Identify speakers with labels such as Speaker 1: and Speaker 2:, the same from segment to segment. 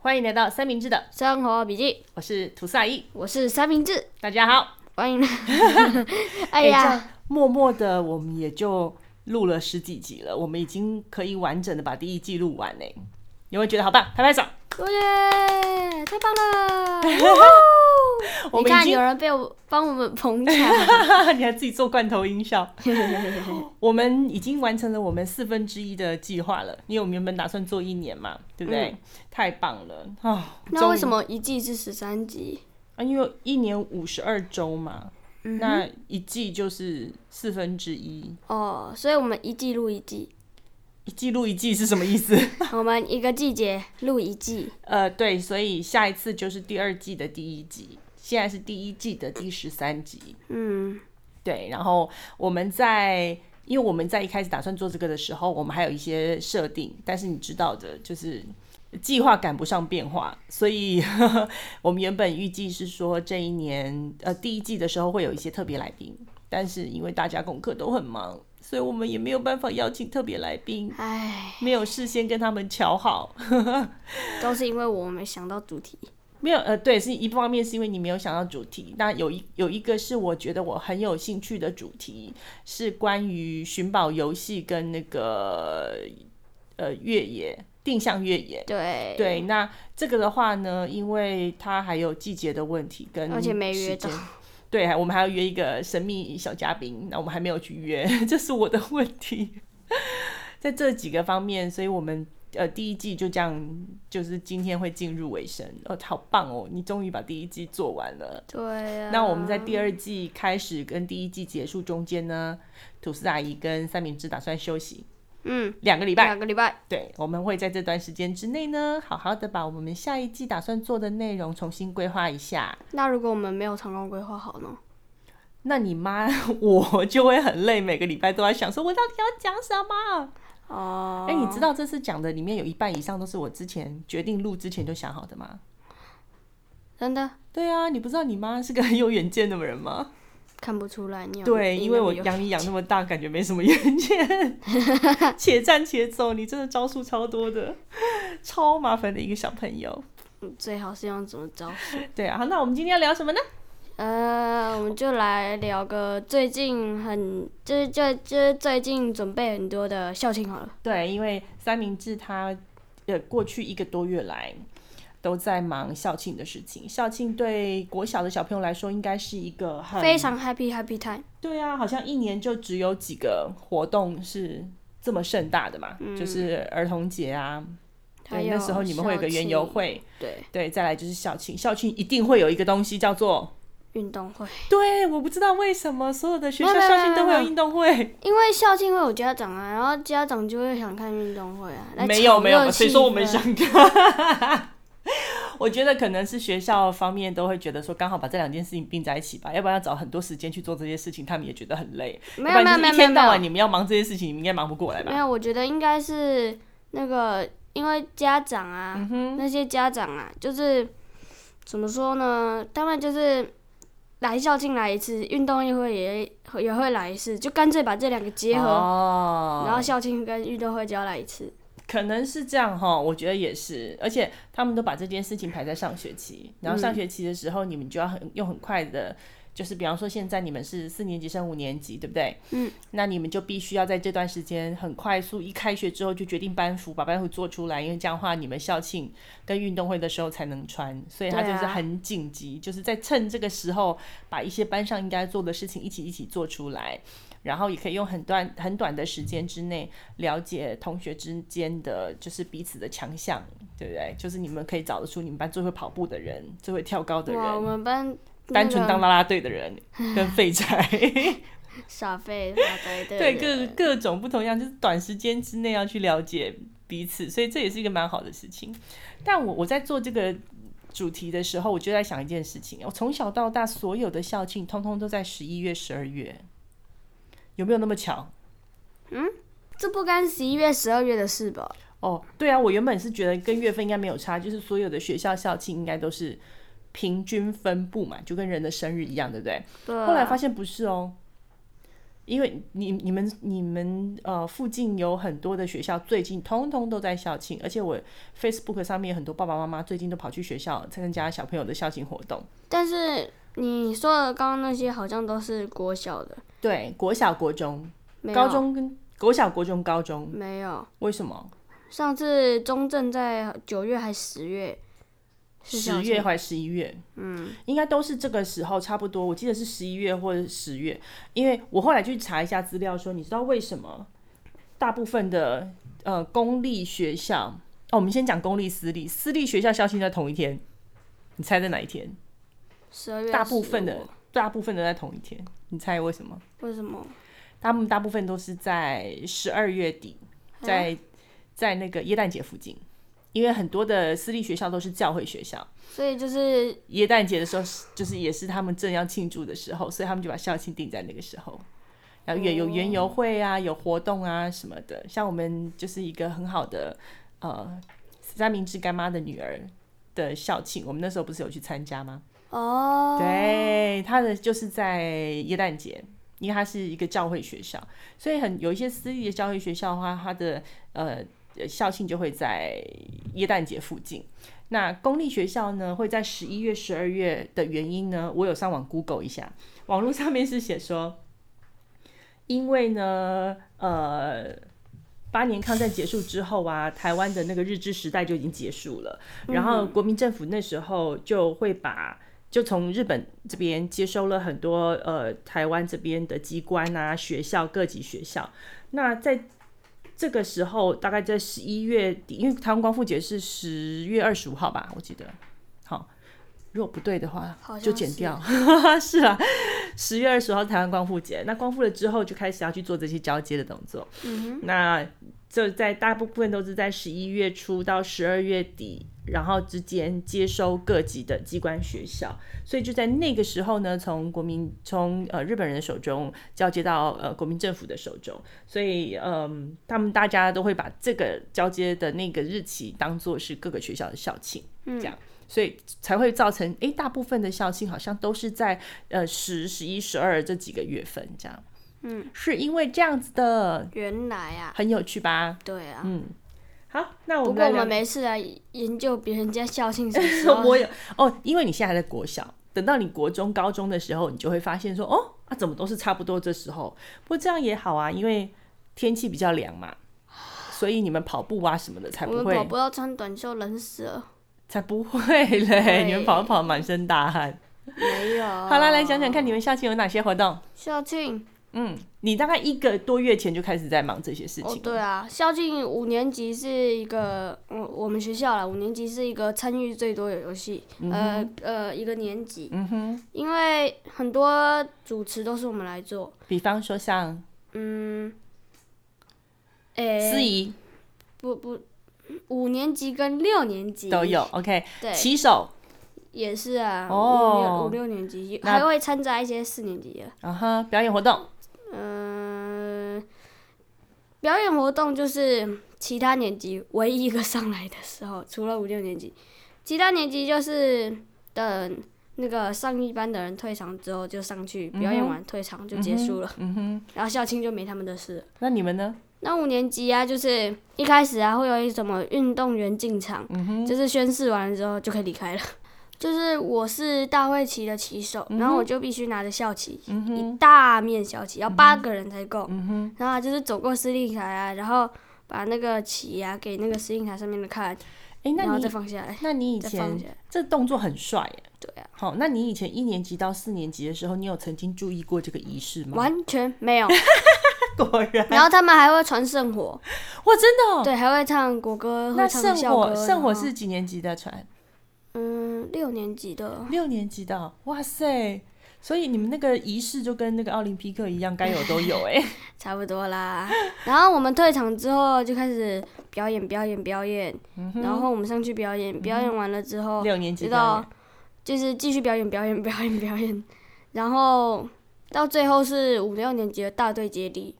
Speaker 1: 欢迎来到三明治的，
Speaker 2: 生活笔记，
Speaker 1: 我是涂萨伊，
Speaker 2: 我是三明治，
Speaker 1: 大家好。
Speaker 2: 欢迎来。 哎呀，，
Speaker 1: 默默的我们也就录了十几集了，我们已经可以完整的把第一季录完呢。欸有没有觉得好棒？拍拍手！
Speaker 2: 耶，太棒了！呜
Speaker 1: 我
Speaker 2: 你
Speaker 1: 们已
Speaker 2: 看，
Speaker 1: 经
Speaker 2: 有人被我帮我们捧场。
Speaker 1: 你还自己做罐头音效。我们已经完成了我们四分之一的计划了，因为我们原本打算做一年嘛，对不
Speaker 2: 嗯
Speaker 1: 对？太棒了啊！
Speaker 2: 那为
Speaker 1: 终于
Speaker 2: 什么一季是十三集？
Speaker 1: 啊，因为一年五十二周嘛，
Speaker 2: 嗯
Speaker 1: 那一季就是四分之一，
Speaker 2: 哦，所以我们一季录一 季，
Speaker 1: 一季录一季是什么意思？
Speaker 2: 我们一个季节录一季。
Speaker 1: 呃，对，所以下一次就是第二季的第一集，现在是第一季的第十三集。
Speaker 2: 嗯，
Speaker 1: 对，然后我们在，因为我们在一开始打算做这个的时候，我们还有一些设定，但是你知道的，就是计划赶不上变化，所以 我们原本预计是说这一年呃第一季的时候会有一些特别来宾，但是因为大家功课都很忙，所以我们也没有办法邀请特别来宾，
Speaker 2: 唉，
Speaker 1: 没有事先跟他们瞧好。
Speaker 2: 都是因为我没想到主题。
Speaker 1: 没有，呃，对，是一方面是因为你没有想到主题，那有一有一个是我觉得我很有兴趣的主题，是关于寻宝游戏跟那个呃越野定向越野。
Speaker 2: 对，
Speaker 1: 对，那这个的话呢，因为它还有季节的问题跟
Speaker 2: 而且没约
Speaker 1: 时间
Speaker 2: 到。
Speaker 1: 对，还我们还要约一个神秘小嘉宾，那我们还没有去约， 这是我的问题。 在这几个方面，所以我们呃第一季就这样，就是今天会进入尾声。哦，好棒哦，你终于把第一季做完了。
Speaker 2: 对啊。
Speaker 1: 那我们在第二季开始跟第一季结束中间呢，吐司阿姨跟三明治打算休息
Speaker 2: 嗯
Speaker 1: 两个礼拜。
Speaker 2: 两个礼拜。
Speaker 1: 对，我们会在这段时间之内呢，好好的把我们下一季打算做的内容重新规划一下。
Speaker 2: 那如果我们没有成功规划好呢？
Speaker 1: 那你妈 我就会很累，每个礼拜都在想说，我到底要讲什么？
Speaker 2: 哦
Speaker 1: 哎、，你知道这次讲的里面有一半以上都是我之前决定录之前就想好的吗？
Speaker 2: 真的
Speaker 1: 对啊，你不知道你妈是个很有远见的人吗？
Speaker 2: 看不出来你有
Speaker 1: 对，
Speaker 2: 你
Speaker 1: 因为
Speaker 2: 那么
Speaker 1: 我
Speaker 2: 有
Speaker 1: 养你养那么大，感觉没什么远见，且战且走，你真的招数超多的，超麻烦的一个小朋友。
Speaker 2: 最好是用怎么招数？
Speaker 1: 对啊，好那我们今天要聊什么呢？
Speaker 2: 呃，我们就来聊个最近很，就是就就是最近准备很多的校庆好了。
Speaker 1: 对，因为三明治他呃过去一个多月来都在忙校庆的事情。校庆对国小的小朋友来说，应该是一个很
Speaker 2: 非常 happy happy time，
Speaker 1: 对啊，好像一年就只有几个活动是这么盛大的嘛，就是儿童节啊，
Speaker 2: 嗯还
Speaker 1: 对，
Speaker 2: 有
Speaker 1: 那时候你们会有个园游
Speaker 2: 校庆，
Speaker 1: 会，
Speaker 2: 对，
Speaker 1: 对，再来就是校庆，校庆一定会有一个东西叫做。
Speaker 2: 运动会。
Speaker 1: 对，我不知道为什么所有的学校
Speaker 2: 没有没有
Speaker 1: 校庆都会
Speaker 2: 没有
Speaker 1: 有运动会，
Speaker 2: 因为校庆会有家长啊，然后家长就会想看运动会啊，来
Speaker 1: 没有
Speaker 2: 炒
Speaker 1: 没有，
Speaker 2: 热
Speaker 1: 谁
Speaker 2: 气
Speaker 1: 说我们
Speaker 2: 氛
Speaker 1: 想看？ 我觉得可能是学校方面都会觉得说，刚好把这两件事情并在一起吧，要不然要找很多时间去做这些事情，他们也觉得很累。
Speaker 2: 没
Speaker 1: 要
Speaker 2: 有
Speaker 1: 不
Speaker 2: 没
Speaker 1: 然
Speaker 2: 有没
Speaker 1: 就是一
Speaker 2: 有没有
Speaker 1: 天
Speaker 2: 没
Speaker 1: 到
Speaker 2: 有
Speaker 1: 晚你们要忙这些事情，你们应该忙不过来吧
Speaker 2: 没？有，我觉得应该是那个，因为家长啊，
Speaker 1: 嗯
Speaker 2: 那些家长啊，就是怎么说呢？他们就是来校庆来一次，运动会也也会来一次，就干脆把这两个结合，
Speaker 1: 哦，
Speaker 2: 然后校庆跟运动会只要来一次。
Speaker 1: 可能是这样哈，我觉得也是，而且他们都把这件事情排在上学期，然后上学期的时候，你们就要很用很快的，就是比方说现在你们是四年级升五年级，对不对？
Speaker 2: 嗯，
Speaker 1: 那你们就必须要在这段时间很快速，一开学之后就决定班服，把班服做出来，因为这样的话你们校庆跟运动会的时候才能穿，所以它就
Speaker 2: 对啊
Speaker 1: 是很紧急，就是在趁这个时候把一些班上应该做的事情一起一起做出来。然后也可以用很短很短的时间之内了解同学之间的就是彼此的强项，对不对？就是你们可以找得出你们班最会跑步的人、最会跳高的
Speaker 2: 哇，我
Speaker 1: 人、
Speaker 2: 们班、那个、
Speaker 1: 单纯当啦啦队的啊人跟废柴，
Speaker 2: 傻废傻呆 的
Speaker 1: 对各
Speaker 2: 人
Speaker 1: 各种不同样，就是短时间之内要去了解彼此，所以这也是一个蛮好的事情。但我我在做这个。主题的时候，我就在想一件事情：我从小到大所有的校庆，通通都在十一月、十二月，有没有那么巧？
Speaker 2: 这不干十一月、十二月的事吧？
Speaker 1: 哦，对啊，我原本是觉得跟月份应该没有差，就是所有的学校校庆应该都是平均分布嘛，就跟人的生日一样，对不对？
Speaker 2: 对啊，
Speaker 1: 后来发现不是哦，因为你你们你们呃附近有很多的学校，最近通通都在校庆，而且我 Facebook 上面很多爸爸妈妈最近都跑去学校参加小朋友的校庆活动。
Speaker 2: 但是你说的刚刚那些好像都是国小的，
Speaker 1: 对，国小、国中、
Speaker 2: 没有
Speaker 1: 高中跟国小、国中、高中，
Speaker 2: 没有。
Speaker 1: 为什么？
Speaker 2: 上次中正在九月还十月，是校
Speaker 1: 十
Speaker 2: 庆
Speaker 1: 月还十一月，嗯，应该都是这个时候，差不多。我记得是十一月或者十月，因为我后来去查一下资料说，你知道为什么大部分的呃公立学校哦，我们先讲公立私立，私立学校校庆在同一天，你猜在哪一天？
Speaker 2: 十二月
Speaker 1: 大部分的
Speaker 2: 15
Speaker 1: 大部分的在同一天，你猜为什么？
Speaker 2: 为什么？
Speaker 1: 他们大部分都是在十二月底，在在那个耶诞节附近，因为很多的私立学校都是教会学校。
Speaker 2: 所以就是
Speaker 1: 耶诞节的时候，就是也是他们正要庆祝的时候，所以他们就把校庆定在那个时候。然后也有园游会啊，有活动啊什么的。像我们就是一个很好的呃三明治干妈的女儿的校庆，我们那时候不是有去参加吗？
Speaker 2: 哦，
Speaker 1: 对，他的就是在耶诞节，因为它是一个教会学校，所以很有一些私立的教会学校的话，它的呃呃校庆就会在耶诞节附近。那公立学校呢，会在十一月、十二月的原因呢，我有上网 Google 一下，网络上面是写说，因为呢，呃。八年抗战结束之后啊，台湾的那个日治时代就已经结束了。然后
Speaker 2: 嗯
Speaker 1: 国民政府那时候就会把就从日本这边接收了很多呃台湾这边的机关啊、学校、各级学校。那在这个时候，大概在十一月底，因为台湾光复节是十月二十五号吧，我记得。好，如果不对的话
Speaker 2: 好，像
Speaker 1: 就剪
Speaker 2: 是
Speaker 1: 掉。 是啊，十月二十号是台湾光复节，那光复了之后就开始要去做这些交接的动作。嗯、那就在大部分都是在十一月初到十二月底，然后之间接收各级的机关学校，所以就在那个时候呢，从国民从呃日本人的手中交接到呃国民政府的手中，所以嗯、他们大家都会把这个交接的那个日期当做是各个学校的校庆，这样。所以才会造成，诶，大部分的校庆好像都是在呃十、十一、十二这几个月份这样。嗯，是因为这样子的，
Speaker 2: 原来啊，
Speaker 1: 很有趣吧？
Speaker 2: 对啊。
Speaker 1: 嗯，好，那我
Speaker 2: 不
Speaker 1: 们
Speaker 2: 过
Speaker 1: 来
Speaker 2: 我
Speaker 1: 聊
Speaker 2: 们没事啊，研究别人家校庆什么时候
Speaker 1: 我有哦，因为你现在还在国小，等到你国中、高中的时候，你就会发现说，哦，啊，怎么都是差不多这时候。不过这样也好啊，因为天气比较凉嘛，所以你们跑步啊什么的才
Speaker 2: 我
Speaker 1: 不
Speaker 2: 们跑
Speaker 1: 会，
Speaker 2: 步要穿短袖，冷死了。
Speaker 1: 才不会嘞。
Speaker 2: 对啊
Speaker 1: 你们跑跑满身大汗。
Speaker 2: 没有。
Speaker 1: 好啦，来讲讲看你们校庆有哪些活动。
Speaker 2: 校庆
Speaker 1: 嗯，你大概一个多月前就开始在忙这些事
Speaker 2: 哦，
Speaker 1: 情。
Speaker 2: 对啊，校庆五年级是一个，我我们学校啦，五年级是一个参与最多的游戏，
Speaker 1: 嗯
Speaker 2: 呃呃，一个年级。嗯哼。因为很多主持都是我们来做，
Speaker 1: 比方说像
Speaker 2: 嗯，诶、
Speaker 1: 司仪
Speaker 2: 不不，五年级跟六年级
Speaker 1: 都有，OK，
Speaker 2: 对，
Speaker 1: 骑手，
Speaker 2: 也是啊，五
Speaker 1: 哦
Speaker 2: 六五六年级
Speaker 1: 那
Speaker 2: 还会掺杂一些四年级的，
Speaker 1: 啊哈，表演活动，
Speaker 2: 嗯、表演活动就是其他年级唯一一个上来的时候，除了五六年级，其他年级就是等那个上一班的人退场之后就上去表演完退场就结束了，
Speaker 1: 嗯哼，
Speaker 2: 然后校庆就没他们的事了。
Speaker 1: 那你们呢？
Speaker 2: 那五年级啊，就是一开始啊，会有一什么运动员进场，
Speaker 1: 嗯
Speaker 2: 就是宣誓完了之后就可以离开了。 就是我是大会旗的旗手，
Speaker 1: 嗯
Speaker 2: 然后我就必须拿着校旗，一大面校
Speaker 1: 嗯
Speaker 2: 旗，要八个人才够。然后啊就是走过司令台啊，然后把那个旗啊给那个司令台上面的看，
Speaker 1: 诶，那
Speaker 2: 然后
Speaker 1: 你
Speaker 2: 再放下来，
Speaker 1: 那你以
Speaker 2: 再放
Speaker 1: 前
Speaker 2: 下来。
Speaker 1: 这动作很帅耶。
Speaker 2: 对啊，
Speaker 1: 好，那你以前一年级到四年级的时候，你有曾经注意过这个仪式吗？
Speaker 2: 完全没 有。
Speaker 1: 果然，
Speaker 2: 然后他们还会传圣火，
Speaker 1: 哇，真的哦。
Speaker 2: 对，还会唱国歌，
Speaker 1: 那
Speaker 2: 会唱
Speaker 1: 圣
Speaker 2: 校
Speaker 1: 火，
Speaker 2: 歌。
Speaker 1: 圣火
Speaker 2: 然后
Speaker 1: 是几年级的船？
Speaker 2: 嗯六年 级的，
Speaker 1: 六年级的哦，哇塞！所以你们那个仪式就跟那个奥林匹克一样，该有都有 哎。
Speaker 2: 差不多啦。然后我们退场之后就开始表演，表演，表演。
Speaker 1: 嗯
Speaker 2: 然后我们上去表演，表演完了之后，
Speaker 1: 六年级
Speaker 2: 直
Speaker 1: 的
Speaker 2: 到，就是继续表演，表演，表演，表演。然后到最后是五六年级的大队接力，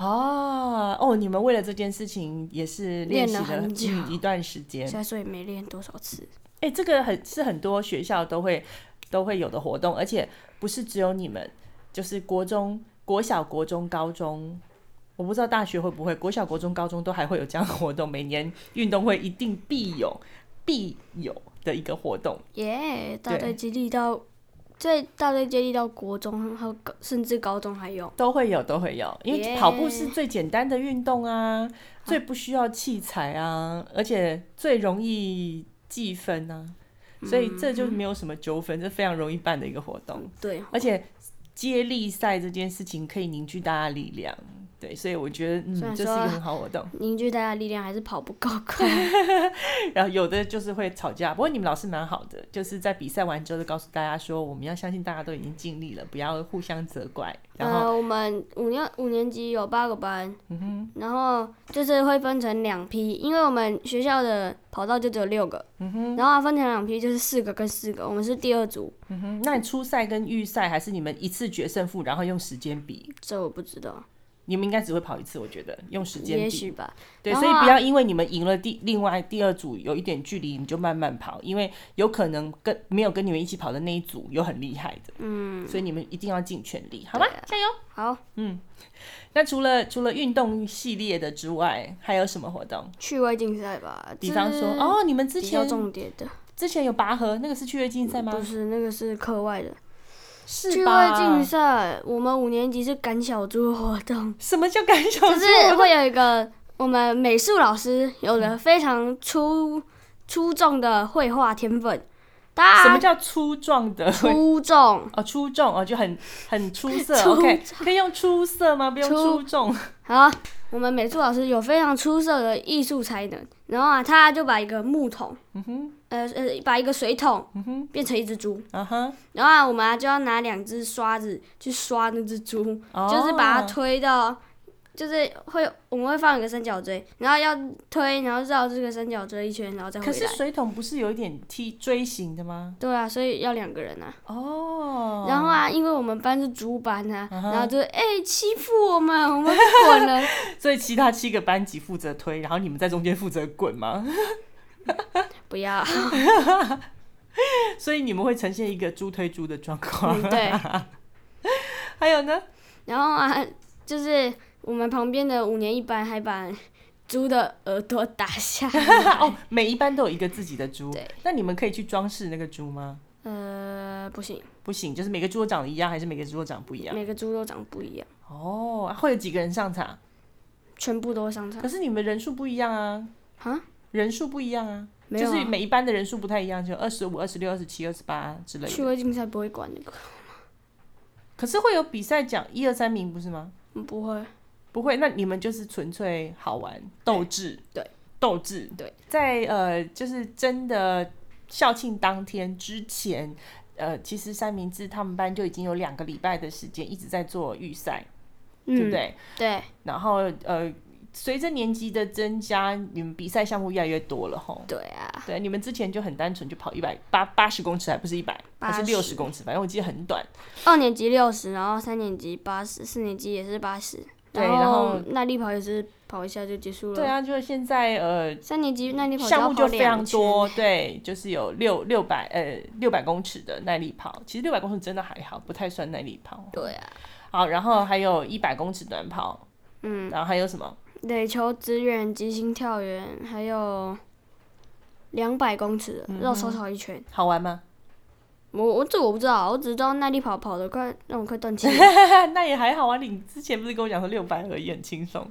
Speaker 1: 哦哦，你们为了这件事情也是练习
Speaker 2: 练了很久
Speaker 1: 嗯一段时间。
Speaker 2: 虽然说也没练多少次。
Speaker 1: 哎、这个很是很多学校都会都会有的活动，而且不是只有你们，就是国中、国小、国中、高中，我不知道大学会不会，国小、国中、高中都还会有这样的活动，每年运动会一定必有必有的一个活动。
Speaker 2: 耶、大
Speaker 1: 对
Speaker 2: 队接力到，最大队接力到国中，还有高甚至高中还有。
Speaker 1: 都会有，都会有，因为
Speaker 2: Yeah
Speaker 1: 跑步是最简单的运动啊，最不需要器材啊，而且最容易计分啊，所以这就没有什么纠纷，这非常容易办的一个活动，
Speaker 2: 对，
Speaker 1: 而且接力赛这件事情可以凝聚大家力量，对，所以我觉得嗯
Speaker 2: 虽，然
Speaker 1: 这是一
Speaker 2: 说
Speaker 1: 个很好活 动。
Speaker 2: 凝聚大家力量还是跑不够快。
Speaker 1: 然后有的就是会吵架，不过你们老师蛮好的，就是在比赛完之后就告诉大家说，我们要相信大家都已经尽力了，不要互相责怪，然后嗯
Speaker 2: 呃，我们五年五年级有八个班，然后就是会分成两批，因为我们学校的跑道就只有六个，
Speaker 1: 嗯
Speaker 2: 然后它分成两批就是四个跟四个，我们是第二组，
Speaker 1: 嗯哼，那你初赛跟预赛还是你们一次决胜负，然后用时间比？
Speaker 2: 这我不知道，
Speaker 1: 你们应该只会跑一次，我觉得用时间
Speaker 2: 也
Speaker 1: 比。
Speaker 2: 许吧。
Speaker 1: 对，
Speaker 2: 然
Speaker 1: 所
Speaker 2: 后
Speaker 1: 以
Speaker 2: 啊
Speaker 1: 不要因为你们赢了第另外第二组有一点距离，你就慢慢跑，因为有可能跟没有跟你们一起跑的那一组有很厉害的，嗯，所以你们一定要尽全力，好吗？
Speaker 2: 啊
Speaker 1: 加油！
Speaker 2: 好，
Speaker 1: 那除了除了运动系列的之外，还有什么活动？
Speaker 2: 趣味竞赛吧，
Speaker 1: 比方
Speaker 2: 这
Speaker 1: 说，哦，你们之
Speaker 2: 比较
Speaker 1: 前
Speaker 2: 重点的，
Speaker 1: 之前有拔河，那个是趣味竞赛吗
Speaker 2: 不？是那个是课外的
Speaker 1: 是
Speaker 2: 趣味竞
Speaker 1: 吧？
Speaker 2: 赛，我们五年级是赶小猪活动，
Speaker 1: 什么叫感想？
Speaker 2: 就是会有一个我们美术老师有着非常出出众的绘画天分，
Speaker 1: 什
Speaker 2: 大
Speaker 1: 么
Speaker 2: 家
Speaker 1: 叫粗壮的？
Speaker 2: 出众，
Speaker 1: 哦，出众哦，就很很出 色。
Speaker 2: 出
Speaker 1: OK，可以用出色吗？不用
Speaker 2: 出
Speaker 1: 出众。
Speaker 2: 好，我们美术老师有非常出色的艺术才能，然后啊，他就把一个木桶，
Speaker 1: 嗯
Speaker 2: 呃呃，把一个水桶，变成一只猪，
Speaker 1: 啊哈，
Speaker 2: 然后啊，我们啊就要拿两只刷子去刷那只猪，
Speaker 1: 哦
Speaker 2: 就是把它推到，就是会我们会放一个三角锥，然后要推，然后绕这个三角锥一圈，然后再回
Speaker 1: 可是
Speaker 2: 来。
Speaker 1: 水桶不是有一点踢锥形的吗？
Speaker 2: 对啊，所以要两个人啊。
Speaker 1: 哦，
Speaker 2: 然后啊，因为我们班是主班啊，
Speaker 1: 嗯哼
Speaker 2: 然后就哎、欺负我们，我们不滚了。
Speaker 1: 所以其他七个班级负责推，然后你们在中间负责滚吗？
Speaker 2: 不要，
Speaker 1: 所以你们会呈现一个猪推猪的状况。
Speaker 2: 嗯对。
Speaker 1: 还有呢？
Speaker 2: 然后啊，就是我们旁边的五年一班还把猪的耳朵打下来。
Speaker 1: 哦，每一班都有一个自己的猪
Speaker 2: 对。
Speaker 1: 那你们可以去装饰那个猪吗？
Speaker 2: 呃，不行，
Speaker 1: 不行，就是每个猪都长得一样，还是每个猪都长不一样？
Speaker 2: 每个猪都长不一样，
Speaker 1: 哦，会有几个人上场？
Speaker 2: 全部都上场
Speaker 1: 可是你们人数不一样啊，
Speaker 2: 啊？
Speaker 1: 人数不一样啊。
Speaker 2: 没有
Speaker 1: 就
Speaker 2: 啊、
Speaker 1: 是每一班的人数不太一样，就二十五、二十六、二十七、二十八之类
Speaker 2: 趣
Speaker 1: 的。
Speaker 2: 味竞赛不会管那个，
Speaker 1: 可是会有比赛奖一二三名，不是吗？
Speaker 2: 嗯不会。
Speaker 1: 不会，那你们就是纯粹好玩、斗志，
Speaker 2: 对，
Speaker 1: 斗志，
Speaker 2: 对，
Speaker 1: 在呃，就是真的校庆当天之前，呃，其实三明治他们班就已经有两个礼拜的时间一直在做预赛，对不
Speaker 2: 嗯，
Speaker 1: 对？
Speaker 2: 对，
Speaker 1: 然后呃，随着年级的增加，你们比赛项目越来越多了，吼。
Speaker 2: 对啊，
Speaker 1: 对，你们之前就很单纯，就跑一百八八十公尺，还不是一百，还是六十
Speaker 2: 80
Speaker 1: 公尺，反正我记得很短。
Speaker 2: 二年级六十，然后三年级八十，四年级也是八十，
Speaker 1: 对
Speaker 2: 然
Speaker 1: 然后
Speaker 2: 耐力跑也是跑一下就结束了。
Speaker 1: 对，啊，就是现在呃，
Speaker 2: 三年级耐力跑只要
Speaker 1: 项目就
Speaker 2: 跑
Speaker 1: 非
Speaker 2: 两
Speaker 1: 常
Speaker 2: 圈
Speaker 1: 多，对，就是有六六百呃六百公尺的耐力跑，其实六百公尺真的还好，不太算耐力跑。
Speaker 2: 对啊，
Speaker 1: 好，然后还有一百公尺短跑，
Speaker 2: 嗯，
Speaker 1: 然后还有什么？
Speaker 2: 垒球、直远、急行跳远，还有两百公尺
Speaker 1: 嗯
Speaker 2: 的绕操场一圈。
Speaker 1: 好玩吗？
Speaker 2: 我我这我不知道，我只知道耐力跑跑得快，让我快断 气了。
Speaker 1: 那也还好啊，你之前不是跟我讲说六百而已很轻松，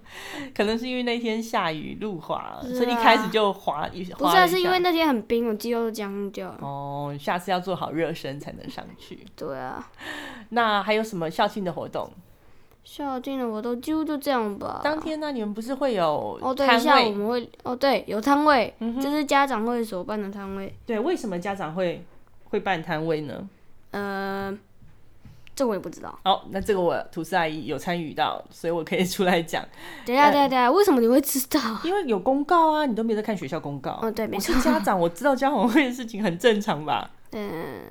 Speaker 1: 可能是因为那天下雨路滑，
Speaker 2: 是
Speaker 1: 所以一
Speaker 2: 啊
Speaker 1: 开始就滑一
Speaker 2: 不
Speaker 1: 滑
Speaker 2: 是、
Speaker 1: 了
Speaker 2: 啊，
Speaker 1: 一
Speaker 2: 是因
Speaker 1: 下
Speaker 2: 为那天很冰，我肌肉都僵掉了。
Speaker 1: 哦，下次要做好热身才能上去。
Speaker 2: 对啊，
Speaker 1: 那还有什么校庆的活动？
Speaker 2: 校庆的活动几乎就这样吧。
Speaker 1: 当天呢，你们不是会有
Speaker 2: 啊哦，对，
Speaker 1: 摊
Speaker 2: 下午我
Speaker 1: 位？嗯
Speaker 2: 们会哦，对，有摊位，就是家长会所办的摊位。
Speaker 1: 对，为什么家长会会办摊位呢？
Speaker 2: 呃，这我也不知道。
Speaker 1: 好，那这个我吐司阿姨有参与到，所以我可以出来讲，
Speaker 2: 等一下，
Speaker 1: 呃
Speaker 2: 等一下，等一下，为什么你会知 道？
Speaker 1: 因为有公告啊，你都没有在看学校公告。
Speaker 2: 哦，对，没
Speaker 1: 我
Speaker 2: 错
Speaker 1: 是。家长，我知道家长会的事情很正常吧，
Speaker 2: 嗯，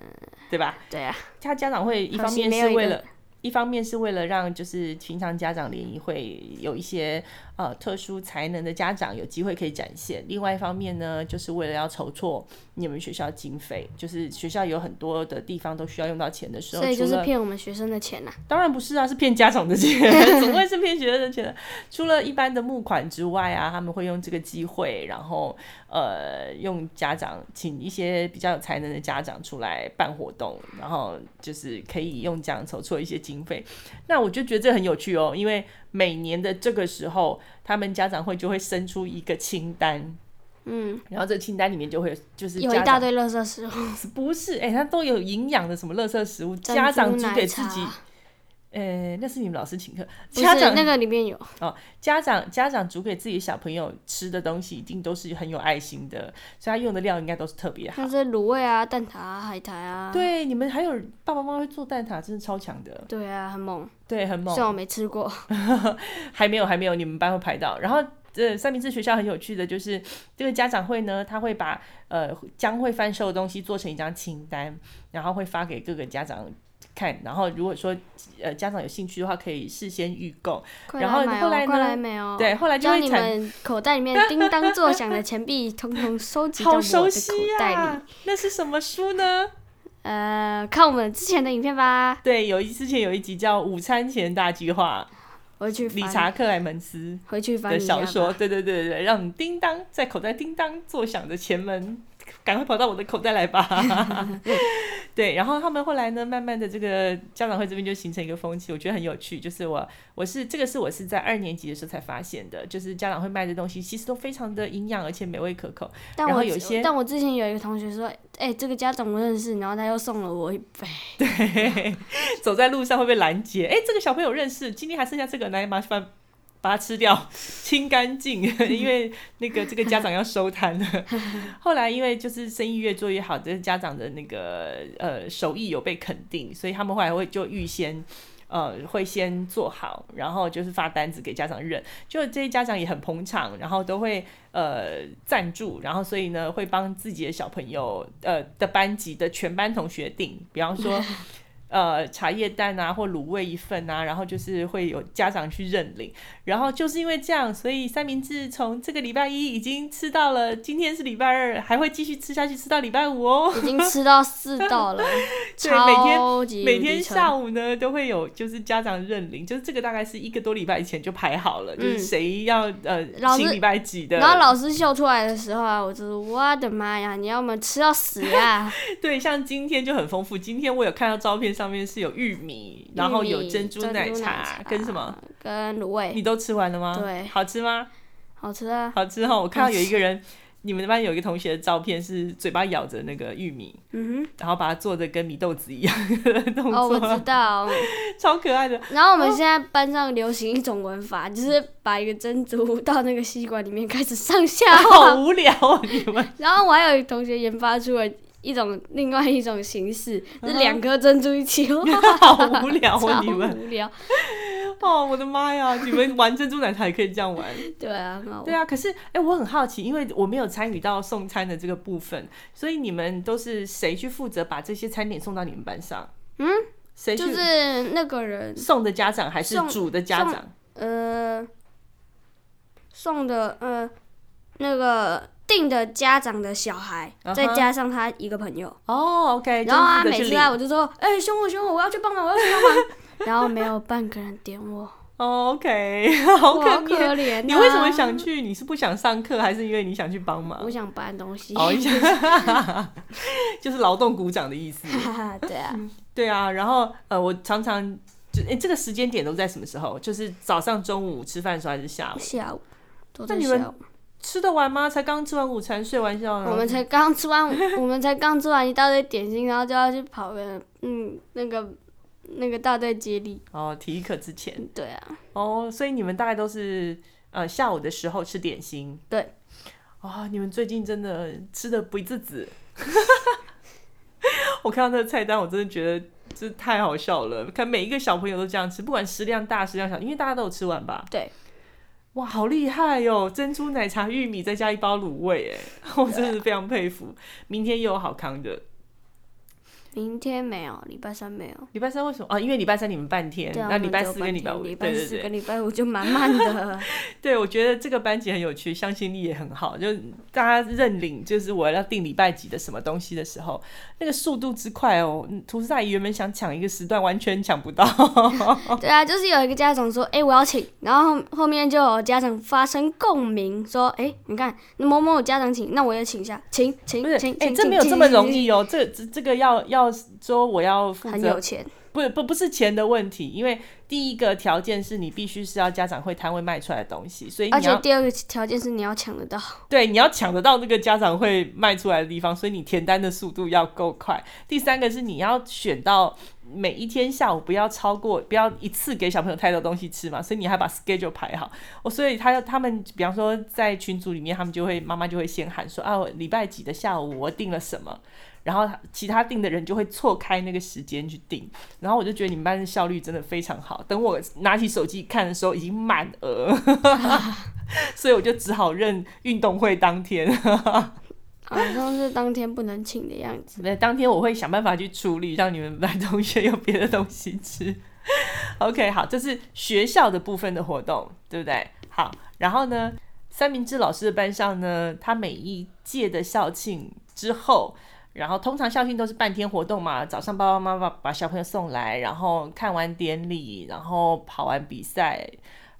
Speaker 1: 对吧？
Speaker 2: 对啊，
Speaker 1: 他家长会一
Speaker 2: 可
Speaker 1: 方
Speaker 2: 惜
Speaker 1: 面
Speaker 2: 没有
Speaker 1: 是
Speaker 2: 一
Speaker 1: 为
Speaker 2: 个
Speaker 1: 了一方面是为了让就是平常家长联谊会有一些呃特殊才能的家长有机会可以展现，另外一方面呢，就是为了要筹措你们学校经费，就是学校有很多的地方都需要用到钱的时候，
Speaker 2: 所以就
Speaker 1: 除
Speaker 2: 是
Speaker 1: 了
Speaker 2: 骗我们学生的钱呐、
Speaker 1: 当然不是啊，是骗家长的 钱，怎么会是骗学生的钱呢？除了一般的募款之外啊，他们会用这个机会，然后呃，用家长请一些比较有才能的家长出来办活动，然后就是可以用这样筹措一些经费。那我就觉得这很有趣哦，因为每年的这个时候，他们家长会就会生出一个清单，
Speaker 2: 嗯，
Speaker 1: 然后这个清单里面就会就是
Speaker 2: 有
Speaker 1: 家
Speaker 2: 一
Speaker 1: 长
Speaker 2: 大堆垃圾食物，
Speaker 1: 不是，哎、它都有营养的什么垃圾食物，
Speaker 2: 珍
Speaker 1: 家
Speaker 2: 珠
Speaker 1: 长煮
Speaker 2: 奶
Speaker 1: 给自
Speaker 2: 茶
Speaker 1: 己。呃、那是你们老师请客，
Speaker 2: 不
Speaker 1: 家
Speaker 2: 是
Speaker 1: 长、
Speaker 2: 那个里面有，
Speaker 1: 家长家长煮给自己小朋友吃的东西，一定都是很有爱心的，所以他用的料应该都是特别好。
Speaker 2: 像是卤味啊、蛋挞、啊、海苔啊，
Speaker 1: 对，你们还有爸爸妈妈会做蛋挞，真是超强的，
Speaker 2: 对啊，很猛，
Speaker 1: 对，很猛
Speaker 2: 虽。然我没吃过，
Speaker 1: 还没有，还没有，你们班会排到。然后，呃，三明治学校很有趣的就是，这个家长会呢，他会把呃将会贩售的东西做成一张清单，然后会发给各个家长看。然后，如果说呃家长有兴趣的话，可以事先预购。
Speaker 2: 快
Speaker 1: 然后
Speaker 2: 来买
Speaker 1: 后来呢
Speaker 2: 哦，快来买哦。
Speaker 1: 对，后来就
Speaker 2: 将
Speaker 1: 会
Speaker 2: 你
Speaker 1: 产
Speaker 2: 们口袋里面叮当作响的钱币，统统收集到
Speaker 1: 好
Speaker 2: 我的
Speaker 1: 熟
Speaker 2: 口
Speaker 1: 悉
Speaker 2: 袋里。
Speaker 1: 啊，那是什么书呢？
Speaker 2: 呃，看我们之前的影片吧，
Speaker 1: 对，有一之前有一集叫《午餐前大计划》，
Speaker 2: 回去
Speaker 1: 理
Speaker 2: 翻，
Speaker 1: 查克莱门斯
Speaker 2: 回去翻啊
Speaker 1: 的
Speaker 2: 一下
Speaker 1: 小说，
Speaker 2: 吧。
Speaker 1: 对对对对，让你叮当在口袋叮当作响的前门，赶快跑到我的口袋来吧。对，然后他们后来呢，慢慢的这个家长会这边就形成一个风气，我觉得很有趣。就是我我是这个是我是在二年级的时候才发现的，就是家长会卖的东西其实都非常的营养，而且美味可口。
Speaker 2: 但
Speaker 1: 然后
Speaker 2: 我
Speaker 1: 有些
Speaker 2: 但我之前有一个同学说，哎、这个家长我认识，然后他又送了我一杯，
Speaker 1: 走在路上会被拦截。哎、这个小朋友认识，今天还剩下这个，来麻烦把它吃掉， 清干净，因为那个这个家长要收摊了。后来因为就是生意越做越好，这个家长的那个呃手艺有被肯定，所以他们后来会就预先。呃，会先做好，然后就是发单子给家长认，就这些家长也很捧场，然后都会呃赞助，然后所以呢会帮自己的小朋友呃的班级的全班同学订，比方说呃茶叶蛋啊或卤味一份啊，然后就是会有家长去认领，然后就是因为这样，所以三明治从这个礼拜一已经吃到了，今天是礼拜二，还会继续吃下去，吃到礼拜五哦。
Speaker 2: 已 经吃到四道了，
Speaker 1: 对每天
Speaker 2: 超级
Speaker 1: 每天
Speaker 2: 下
Speaker 1: 下午呢都会有，就是家长认领，就是这个大概是一个多礼拜以前就排好了，就是
Speaker 2: 嗯
Speaker 1: 谁要呃
Speaker 2: 老
Speaker 1: 请
Speaker 2: 师
Speaker 1: 礼拜几的，
Speaker 2: 然后老师秀出来的时候啊，我就是我的妈呀，你要么吃到死啊！
Speaker 1: 对，像今天就很丰富。今天我有看到照片，上面是有玉米， 然后有
Speaker 2: 玉米
Speaker 1: 珍珠奶
Speaker 2: 茶
Speaker 1: 跟什么？？
Speaker 2: 跟卤
Speaker 1: 你
Speaker 2: 味，
Speaker 1: 都吃完了吗？
Speaker 2: 对
Speaker 1: 好吃吗？
Speaker 2: 好吃啊！
Speaker 1: 好吃哈！我看到有一个人，你们班有一个同学的照片是嘴巴咬着那个玉米，
Speaker 2: 嗯
Speaker 1: 然后把它做的跟米豆子一样的动
Speaker 2: 哼，哦，
Speaker 1: 作，
Speaker 2: 我知道。
Speaker 1: 超可 爱的。
Speaker 2: 然后我们现在班上流行一种玩法，就是把一个珍珠到那个吸管里面开始上 下
Speaker 1: 好
Speaker 2: 晃。
Speaker 1: 无聊哦，你们
Speaker 2: 然后我还有同学研发出了一种另外一种形式，是两颗珍珠一起晃，
Speaker 1: 啊 好无聊
Speaker 2: 超
Speaker 1: 哦，你们
Speaker 2: 无聊。
Speaker 1: 哦，我的妈呀！你们玩珍珠奶茶也可以这样 玩。
Speaker 2: 对啊，很好玩
Speaker 1: 对啊，可是哎、诶我很好奇，因为我没有参与到送餐的这个部分，所以你们都是谁去负责把这些餐点送到你们班上？
Speaker 2: 嗯，
Speaker 1: 谁去
Speaker 2: 就是那个人，
Speaker 1: 送的家长还是
Speaker 2: 送
Speaker 1: 煮的家长？
Speaker 2: 呃，送的呃那个订的家长的小孩
Speaker 1: 嗯哼
Speaker 2: 再加上他一个朋友。
Speaker 1: 哦，OK，
Speaker 2: 然后啊，
Speaker 1: 就
Speaker 2: 每
Speaker 1: 是负责去
Speaker 2: 次
Speaker 1: 领
Speaker 2: 啊，我就说，哎、凶我凶我，我要去帮忙，我要去帮忙。 然后没有半个人点我，
Speaker 1: 哦，OK，好
Speaker 2: 我
Speaker 1: 可
Speaker 2: 好可
Speaker 1: 怜。
Speaker 2: 怜、啊。
Speaker 1: 你为什么？想去？你是不想上课，还是因为你想去帮忙
Speaker 2: 我？想搬东西。
Speaker 1: 哦，一下， 就是劳动鼓掌的意思。
Speaker 2: 哈哈， 对啊，
Speaker 1: 对啊，然后呃，我常常就诶、这个时间点都在什么时候？就是早上、中午吃饭的时候，还是下午？
Speaker 2: 下午都
Speaker 1: 那
Speaker 2: 在
Speaker 1: 你们嗯
Speaker 2: 下午。
Speaker 1: 吃得完吗？才刚吃完午餐，睡完觉呢。
Speaker 2: 我们才刚吃完，我们才刚吃完一大堆点心，然后就要去跑个嗯那个那个大队接力。
Speaker 1: 哦，体育课之前
Speaker 2: 对啊，
Speaker 1: 哦，所以你们大概都是呃下午的时候吃点心。
Speaker 2: 对。
Speaker 1: 哦，你们最近真的吃的不自子。 我看到那个菜单，我真的觉得这太好笑了。看每一个小朋友都这样吃，不管食量大食量小，因为大家都有吃完吧。
Speaker 2: 对。
Speaker 1: 哇，好厉害哟、珍珠奶茶、玉米，再加 一包卤味，哎，我真的是非常佩服。明天又有好康的。
Speaker 2: 明天没有，礼拜三没有。
Speaker 1: 礼拜三为什么啊？因为礼拜三你们半天，
Speaker 2: 对啊，
Speaker 1: 那
Speaker 2: 我们
Speaker 1: 礼拜
Speaker 2: 只有
Speaker 1: 四跟礼拜
Speaker 2: 半
Speaker 1: 五，
Speaker 2: 天礼
Speaker 1: 对
Speaker 2: 拜
Speaker 1: 对
Speaker 2: 四
Speaker 1: 对
Speaker 2: 跟礼拜五就满 满的。
Speaker 1: 对，我觉得这个班级很有趣，向心力也很好。就大家认领，就是我要定礼拜几的什么东西的时候，那个速度之快哦！嗯图师大姨原本想抢一个时段，完全抢不到。哦
Speaker 2: 对啊，就是有一个家长说，哎、我要请，然后后后面就有家长发生共鸣，说，哎、你看某某家长请，那我也请一下，请请
Speaker 1: 不是，
Speaker 2: 请，
Speaker 1: 哎、
Speaker 2: 请
Speaker 1: 这
Speaker 2: 请
Speaker 1: 没有
Speaker 2: 请
Speaker 1: 这么
Speaker 2: 请
Speaker 1: 容
Speaker 2: 请
Speaker 1: 易哦。这这这个要要说我要负
Speaker 2: 很
Speaker 1: 责
Speaker 2: 有，钱，
Speaker 1: 不不不是钱的问题，因为第一个条件是你必须是要家长会摊位卖出来的东西，所以
Speaker 2: 而
Speaker 1: 你
Speaker 2: 且
Speaker 1: 要
Speaker 2: 第二个条件是你要抢得到。
Speaker 1: 对，你要抢得到那个家长会卖出来的地方，所以你填单的速度要够快。第三个是你要选到每一天下午不要超过，不要一次给小朋友太多东西吃嘛，所以你还把 schedule 排好。哦，所以他要他们，比方说在群组里面，他们就会妈妈就会先喊说啊，我礼拜几的下午我订了什么。然后其他订的人就会错开那个时间去订，然后我就觉得你们班的效率真的非常好。等我拿起手机看的时候，已经满额，所以我就只好认运动会当天。
Speaker 2: 好像是当天不能请的样子。
Speaker 1: 那当天我会想办法去处理，让你们班同学有别的东西吃。OK，好，这是学校的部分的活动，对不对？好，然后呢，三明治老师的班上呢，他每一届的校庆之后。然后通常校庆都是半天活动嘛，早上爸爸妈妈把小朋友送来，然后看完典礼，然后跑完比赛，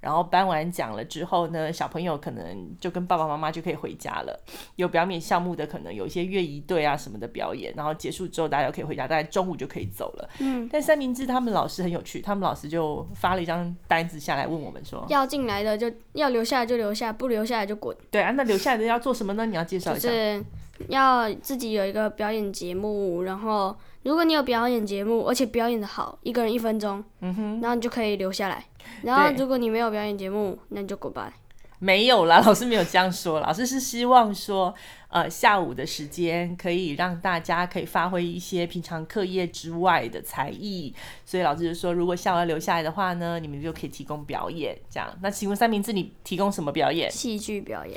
Speaker 1: 然后颁完奖了之后呢，小朋友可能就跟爸爸妈妈就可以回家了。有表演项目的，可能有一些乐仪队啊什么的表演，然后结束之后大家就可以回家，大概中午就可以走了。
Speaker 2: 嗯，
Speaker 1: 但三明治他们老师很有趣，他们老师就发了一张单子下来问我们说，
Speaker 2: 要进来的就要留下来就留下，不留下来就滚。
Speaker 1: 对啊，那留下来的要做什么呢？你要介绍
Speaker 2: 就
Speaker 1: 一下。
Speaker 2: 是要自己有一个表演节目，然后如果你有表演节目，而且表演的好，一个人一分钟，嗯哼，然后你就可以留下来。然后
Speaker 1: 对
Speaker 2: 如果你没有表演节目，那你就滚吧。
Speaker 1: 没有啦， 老师没有这样说，老师是希望说，呃，下午的时间可以让大家可以发挥一些平常课业之外的才艺，所以老师就说，如果下午要留下来的话呢，你们就可以提供表演，这样。那请问三明治你提供什么表演？
Speaker 2: 戏剧表演，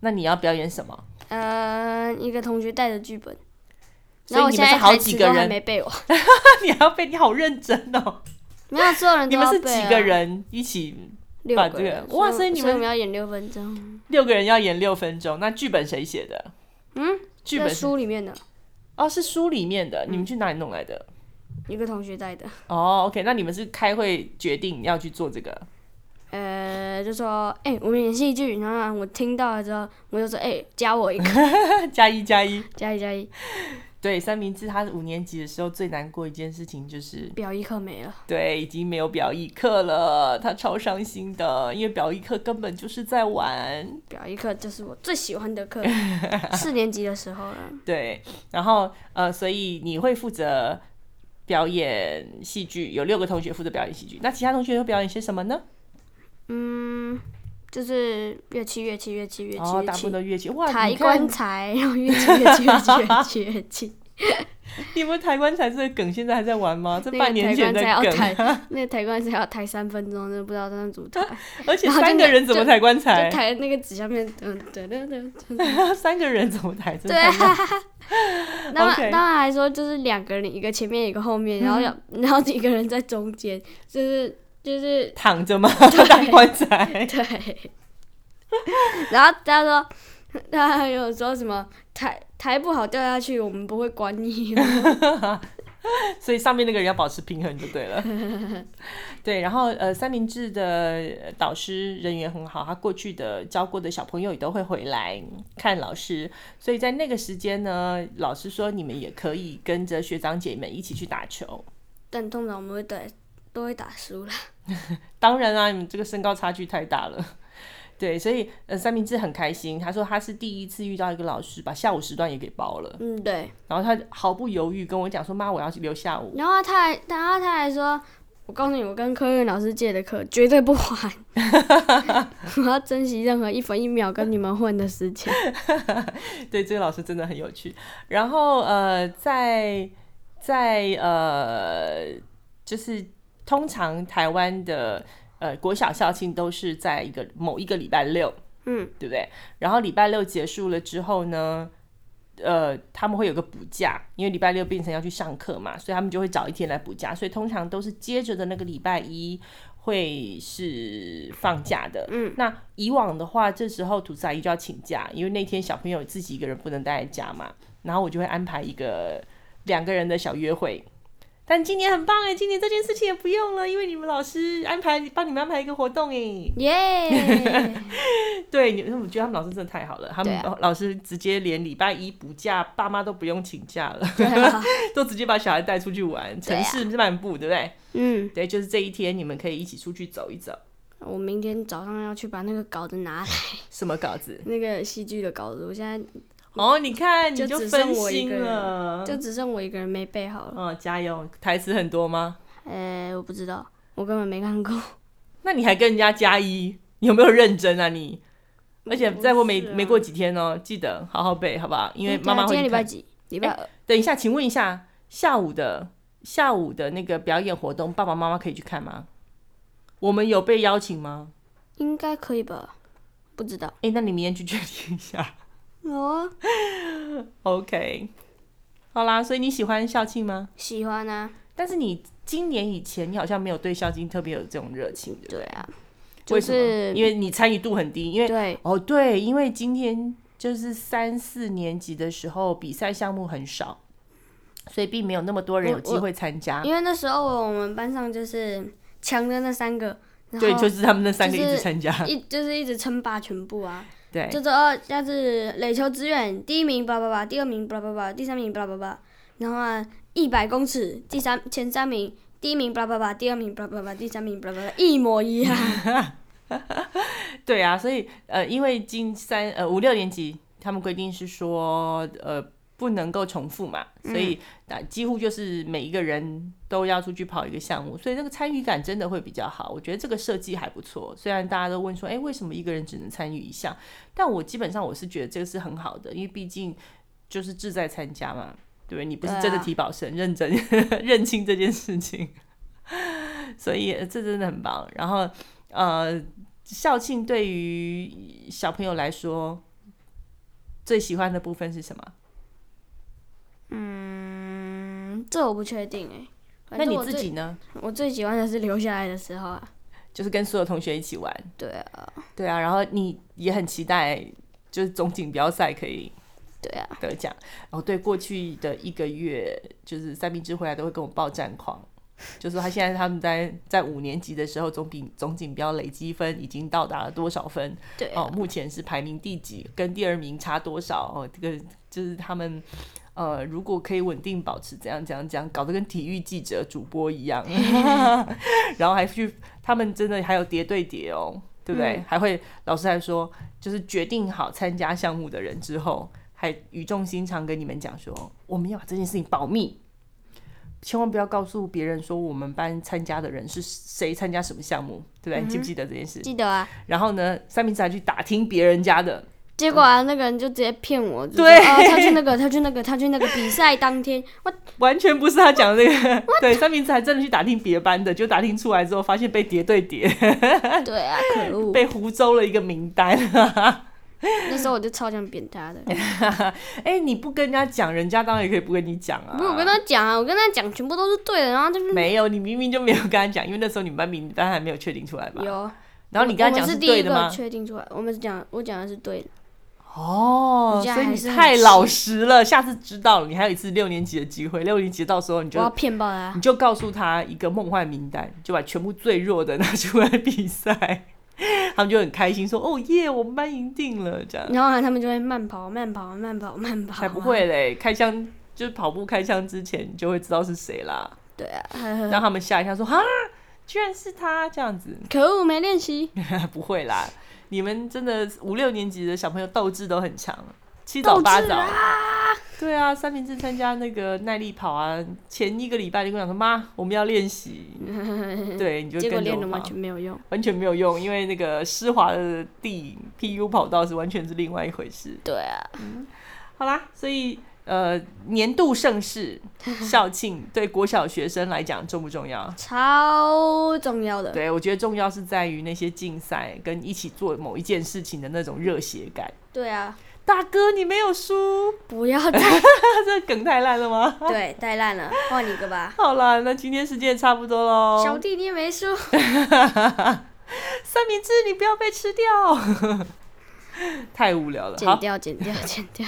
Speaker 1: 那你要表演什么？
Speaker 2: 嗯、一个同学带着剧本，
Speaker 1: 所以
Speaker 2: 然后我
Speaker 1: 你
Speaker 2: 现
Speaker 1: 们是
Speaker 2: 在
Speaker 1: 好
Speaker 2: 台
Speaker 1: 几
Speaker 2: 词
Speaker 1: 个
Speaker 2: 都还
Speaker 1: 人，
Speaker 2: 没背完，
Speaker 1: 你还要背，你好认真哦。
Speaker 2: 没有所有人
Speaker 1: 你
Speaker 2: 都
Speaker 1: 们
Speaker 2: 要
Speaker 1: 是
Speaker 2: 背、啊。
Speaker 1: 几个？人一起？
Speaker 2: 六
Speaker 1: 把
Speaker 2: 个
Speaker 1: 这个
Speaker 2: 人。
Speaker 1: 哇所
Speaker 2: 所
Speaker 1: 以你
Speaker 2: 所
Speaker 1: 们
Speaker 2: 们要演六分钟，
Speaker 1: 六个人要演六分钟，那剧本谁写的？
Speaker 2: 嗯，
Speaker 1: 剧
Speaker 2: 在
Speaker 1: 本是
Speaker 2: 书里面的
Speaker 1: 哦，是书里面的，你们去哪里弄来的？
Speaker 2: 一个同学带的。
Speaker 1: 哦，OK，那你们是开会决定要去做这个，
Speaker 2: 呃，就说哎、我们演戏剧，然后我听到了之后，我就说哎、加我一个，
Speaker 1: 加一加一。
Speaker 2: 加一加一，
Speaker 1: 对，三明治他五年级的时候最难过一件事情就是，
Speaker 2: 表一课没了，
Speaker 1: 对，已经没有表艺课了，他超伤心的，因为表艺课根本就是在玩。
Speaker 2: 表一课就是我最喜欢 的课，四年级的时候了，
Speaker 1: 对，然后呃，所以你会负责表演戏剧，有六个同学负责表演戏剧，那其他同学又表演些什么呢？
Speaker 2: 嗯，就是乐器乐器乐器乐器
Speaker 1: 哦，
Speaker 2: 乐
Speaker 1: 大部分
Speaker 2: 器，
Speaker 1: 都乐器，哇，
Speaker 2: 抬
Speaker 1: 你看
Speaker 2: 棺材，然后乐器乐器乐器乐器乐 器，
Speaker 1: 你们抬棺材这个梗现在还在玩吗？这
Speaker 2: 那
Speaker 1: 半
Speaker 2: 个
Speaker 1: 年
Speaker 2: 抬
Speaker 1: 前
Speaker 2: 棺
Speaker 1: 的
Speaker 2: 材要
Speaker 1: 梗，
Speaker 2: 抬， 那个抬棺材要抬三分钟，真的不知道在那怎么抬，
Speaker 1: 而且
Speaker 2: 然后
Speaker 1: 三
Speaker 2: 就
Speaker 1: 个
Speaker 2: 拿
Speaker 1: 人怎么抬棺材
Speaker 2: 就？抬那个纸下面，嗯，对对对，
Speaker 1: 三个人怎么抬？真的
Speaker 2: 对
Speaker 1: 太慢
Speaker 2: 那么
Speaker 1: OK
Speaker 2: 当然还说就是两个人，一个前面一个后面，然后 要、然后一个人在中间，就是就是
Speaker 1: 躺着吗？抬棺材？
Speaker 2: 对。 然后他说，他还有说什么抬抬不好掉下去，我们不会管你 哦。
Speaker 1: 所以上面那个人要保持平衡就对了。对，然后呃，三明治的呃导师人缘很好，他过去的教过的小朋友也都会回来看老师，所以在那个时间呢，老师说你们也可以跟着学长姐们一起去打球。
Speaker 2: 但通常我们会打都会打输了，
Speaker 1: 当然啊，你们这个身高差距太大了。对，所以呃，三明治很开心。他说他是第一次遇到一个老师把下午时段也给包了，
Speaker 2: 嗯对。
Speaker 1: 然后他毫不犹豫跟我讲说：“妈，我要去留下 午。”
Speaker 2: 然后他还然后他还说，我告诉你，我跟科任老师借的课绝对不还， 我要珍惜任何一分一秒跟你们混的时间。
Speaker 1: 对，这个老师真的很有趣。然后呃，在在呃，就是通常台湾的呃国小校庆都是在一个某一个礼拜六，
Speaker 2: 嗯，
Speaker 1: 对不对？然后礼拜六结束了之后呢，呃，他们会有个补假，因为礼拜六变成要去上课嘛，所以他们就会找一天来补假，所以通常都是接着的那个礼拜一会是放假的。嗯，那以往的话，这时候吐司阿姨就要请假，因为那天小朋友自己一个人不能待在家嘛，然后我就会安排一个两个人的小约会。但今年很棒哎，今年这件事情也不用了，因为你们老师安排帮你们安排一个活动哎。
Speaker 2: 耶！
Speaker 1: 对，你我觉得他们老师真的太好了，他们、
Speaker 2: 对啊
Speaker 1: 老师直接连礼拜一补假，爸妈都不用请假了，
Speaker 2: 对啊，
Speaker 1: 都直接把小孩带出去玩，城
Speaker 2: 对啊
Speaker 1: 市漫步，对不对？
Speaker 2: 嗯，
Speaker 1: 对，就是这一天你们可以一起出去走一走。
Speaker 2: 我明天早上要去把那个稿子拿来，
Speaker 1: 什么稿子？
Speaker 2: 那个戏剧的稿子，我现在
Speaker 1: 哦，你看你
Speaker 2: 就只剩
Speaker 1: 分
Speaker 2: 我一
Speaker 1: 心
Speaker 2: 个人
Speaker 1: 了。
Speaker 2: 就只剩我一个人没背好了。
Speaker 1: 哦，加油！台词很多吗？
Speaker 2: 呃，我不知道，我根本没看过。
Speaker 1: 那你还跟人家加一，你有没有认真啊你？ 而且再过没、
Speaker 2: 不是啊
Speaker 1: 没过几天哦，记得好好背，好不好？因为
Speaker 2: 嗯对啊
Speaker 1: 妈妈会
Speaker 2: 今天
Speaker 1: 去
Speaker 2: 礼拜
Speaker 1: 看。
Speaker 2: 几？哎礼拜二。
Speaker 1: 等一下，请问一下，下午的下午的那个表演活动，爸爸妈妈可以去看吗？我们有被邀请吗？
Speaker 2: 应该可以吧？不知道。
Speaker 1: 诶，那你明天去确定一下。
Speaker 2: 哦，
Speaker 1: OK，好啦，所以你喜欢校庆吗？
Speaker 2: 喜欢啊，
Speaker 1: 但是你今年以前，你好像没有对校庆特别有这种热情，对不对
Speaker 2: 对啊，
Speaker 1: 为
Speaker 2: 就
Speaker 1: 什么？
Speaker 2: 是
Speaker 1: 因为你参与度很低，因为
Speaker 2: 对，
Speaker 1: 哦，对，因为今天就是三四年级的时候，比赛项目很少，所以并没有那么多人有
Speaker 2: 我
Speaker 1: 机
Speaker 2: 我
Speaker 1: 会参加。
Speaker 2: 因为那时候我们班上就是强的那三个，然
Speaker 1: 对，
Speaker 2: 后
Speaker 1: 就是他们那三个一
Speaker 2: 就是
Speaker 1: 直参加。
Speaker 2: 一就是一直称霸全部啊，
Speaker 1: 对，
Speaker 2: 就是哦，下次垒球志愿第一名叭叭叭，第二名叭叭叭，第三名叭叭叭，然后啊一百公尺第三前三名，第一名叭叭叭，第二名叭叭叭，第三名叭叭叭，一模一样。
Speaker 1: 对啊，所以呃，因为今三呃五六年级他们规定是说呃不能够重复嘛，
Speaker 2: 嗯
Speaker 1: 所以那几乎就是每一个人都要出去跑一个项目，所以那个参与感真的会比较好。我觉得这个设计还不错，虽然大家都问说，哎、为什么一个人只能参与一项？但我基本上我是觉得这个是很好的，因为毕竟就是志在参加嘛，对不对？你不是
Speaker 2: 对啊
Speaker 1: 真的提保生，认真 认清这件事情， 所以呃这真的很棒。然后呃，校庆对于小朋友来说，最喜欢的部分是什么？
Speaker 2: 嗯， 这我不确定哎、反
Speaker 1: 那
Speaker 2: 正
Speaker 1: 你
Speaker 2: 我
Speaker 1: 自
Speaker 2: 最
Speaker 1: 己呢？
Speaker 2: 我最喜欢的是留下来的时候啊。
Speaker 1: 就是跟所有同学一起玩，
Speaker 2: 对啊，
Speaker 1: 对啊，然后你也很期待，就是总锦标赛可以
Speaker 2: 对啊，
Speaker 1: 得奖。哦，对，过去的一个月，就是三明治回来都会跟我报战况，就说他现在他们在在五年级的时候总比总锦标累积分已经到达了多少分，
Speaker 2: 对啊
Speaker 1: 哦，目前是排名第几，跟第二名差多少？哦，这个就是他们呃，如果可以稳定保持怎样怎样怎样，搞得跟体育记者、主播一样， 然后还去他们真的还有叠对叠哦，对不对？还会老师还说，就是决定好参加项目的人之后，还语重心长跟你们讲说，我们要把这件事情保密。千万不要告诉别人说我们班参加的人是谁参加什么项目，对不对？你记不记得这件事？
Speaker 2: 记得啊。
Speaker 1: 然后呢，三明治还去打听别人家的，
Speaker 2: 结果啊，那个人就直接骗我，就说
Speaker 1: 对
Speaker 2: 哦，他去那个，他去那个，他去那个比赛当天， 我
Speaker 1: 完全不是他讲的那个。对，三明治还真的去打听别班的，就打听出来之后，发现被叠对叠，
Speaker 2: 对啊，可恶！
Speaker 1: 被胡诌了一个名单。
Speaker 2: 那时候我就超想扁他的，
Speaker 1: 哎、你不跟人家讲，人家当然也可以不跟你讲啊。
Speaker 2: 不是我跟他讲啊，我跟他讲全部都是对的，然后他就
Speaker 1: 没有，你明明就没有跟他讲，因为那时候你们班名单还没有确定出来吧？
Speaker 2: 有。
Speaker 1: 然后你跟他
Speaker 2: 我
Speaker 1: 讲
Speaker 2: 们是第
Speaker 1: 对
Speaker 2: 一
Speaker 1: 的吗
Speaker 2: 个？确定出来，我们是讲我讲的是对的，
Speaker 1: 哦，
Speaker 2: 我现
Speaker 1: 所以
Speaker 2: 在还
Speaker 1: 你
Speaker 2: 是很
Speaker 1: 太老实了，下次知道了，你还有一次六年级的机会，六年级到时候你
Speaker 2: 我
Speaker 1: 就
Speaker 2: 要骗爆他
Speaker 1: 你。就告诉他一个梦幻名单，就把全部最弱的拿出来比赛，他们就很开心说：“哦耶，我们班赢定了！”这样
Speaker 2: 然后啊，他们就会慢跑，慢跑，慢跑，慢
Speaker 1: 嗯
Speaker 2: 跑。
Speaker 1: 才不。会嘞，开枪就是跑步开枪之前你就会知道是谁啦，
Speaker 2: 对啊，呵呵
Speaker 1: 让他们吓一下说：“哈，居然是他！”这样子
Speaker 2: 可恶，没练习。
Speaker 1: 不会啦，你们真的五六年级的小朋友斗志都很强，七早
Speaker 2: 斗
Speaker 1: 八
Speaker 2: 志
Speaker 1: 早。
Speaker 2: 啊！
Speaker 1: 对啊，三明治参加那个耐力跑啊，前一个礼拜就跟我讲说：“妈，我们要练 习。”对，你就
Speaker 2: 结果
Speaker 1: 跟着
Speaker 2: 练
Speaker 1: 我
Speaker 2: 的完
Speaker 1: 跑
Speaker 2: 全没有用。
Speaker 1: 完全没有用，因为那个湿滑的地 PU 跑道是完全是另外一回事。
Speaker 2: 对啊，
Speaker 1: 好啦，所以呃，年度盛事校庆对国小学生来讲重不重要？
Speaker 2: 超重要的。
Speaker 1: 对我觉得重要是在于那些竞赛跟一起做某一件事情的那种热血感。
Speaker 2: 对啊，
Speaker 1: 大哥，你没有输，
Speaker 2: 不要再
Speaker 1: 这梗太烂了吗？
Speaker 2: 对太烂了，换一个吧。
Speaker 1: 好啦，那今天时间也差不多喽。
Speaker 2: 小弟，你也没输。
Speaker 1: 三明治，你不要被吃掉， 太无聊了。
Speaker 2: 剪
Speaker 1: 好，
Speaker 2: 掉，剪掉，剪掉。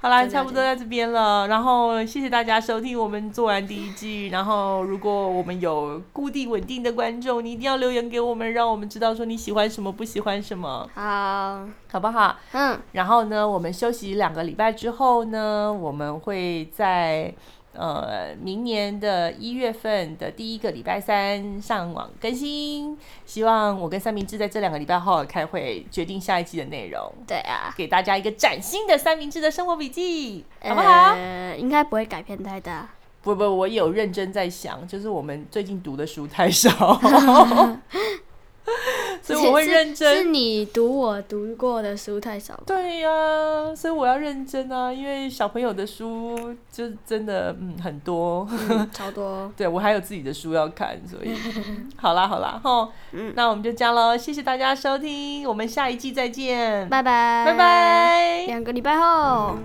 Speaker 1: 好啦，
Speaker 2: 真的
Speaker 1: 差不多在这边了。然后谢谢大家收听我们做完第一季。然后如果我们有固定稳定的观众，你一定要留言给我们，让我们知道说你喜欢什么，不喜欢什么，
Speaker 2: 好，
Speaker 1: 好不好？
Speaker 2: 嗯，
Speaker 1: 然后呢，我们休息两个礼拜之后呢，我们会在呃明年的一月份的第一个礼拜三上网更新。希望我跟三明治在这两个礼拜好好开会，决定下一季的内容，
Speaker 2: 对啊，
Speaker 1: 给大家一个崭新的三明治的生活笔记，好不好？
Speaker 2: 呃，应该不会改变太大。
Speaker 1: 不不，我有认真在想，就是我们最近读的书太少， 所以我会
Speaker 2: 是
Speaker 1: 认真
Speaker 2: 是你读我读过的书太少吧？
Speaker 1: 对呀、所以我要认真啊，因为小朋友的书就真的嗯很多，
Speaker 2: 嗯，超多。
Speaker 1: 对我还有自己的书要看，所 以好啦好啦吼，
Speaker 2: 嗯
Speaker 1: 那我们就这样喽，谢谢大家收听，我们下一季再见，
Speaker 2: 拜拜，
Speaker 1: 拜拜
Speaker 2: 两个礼拜后。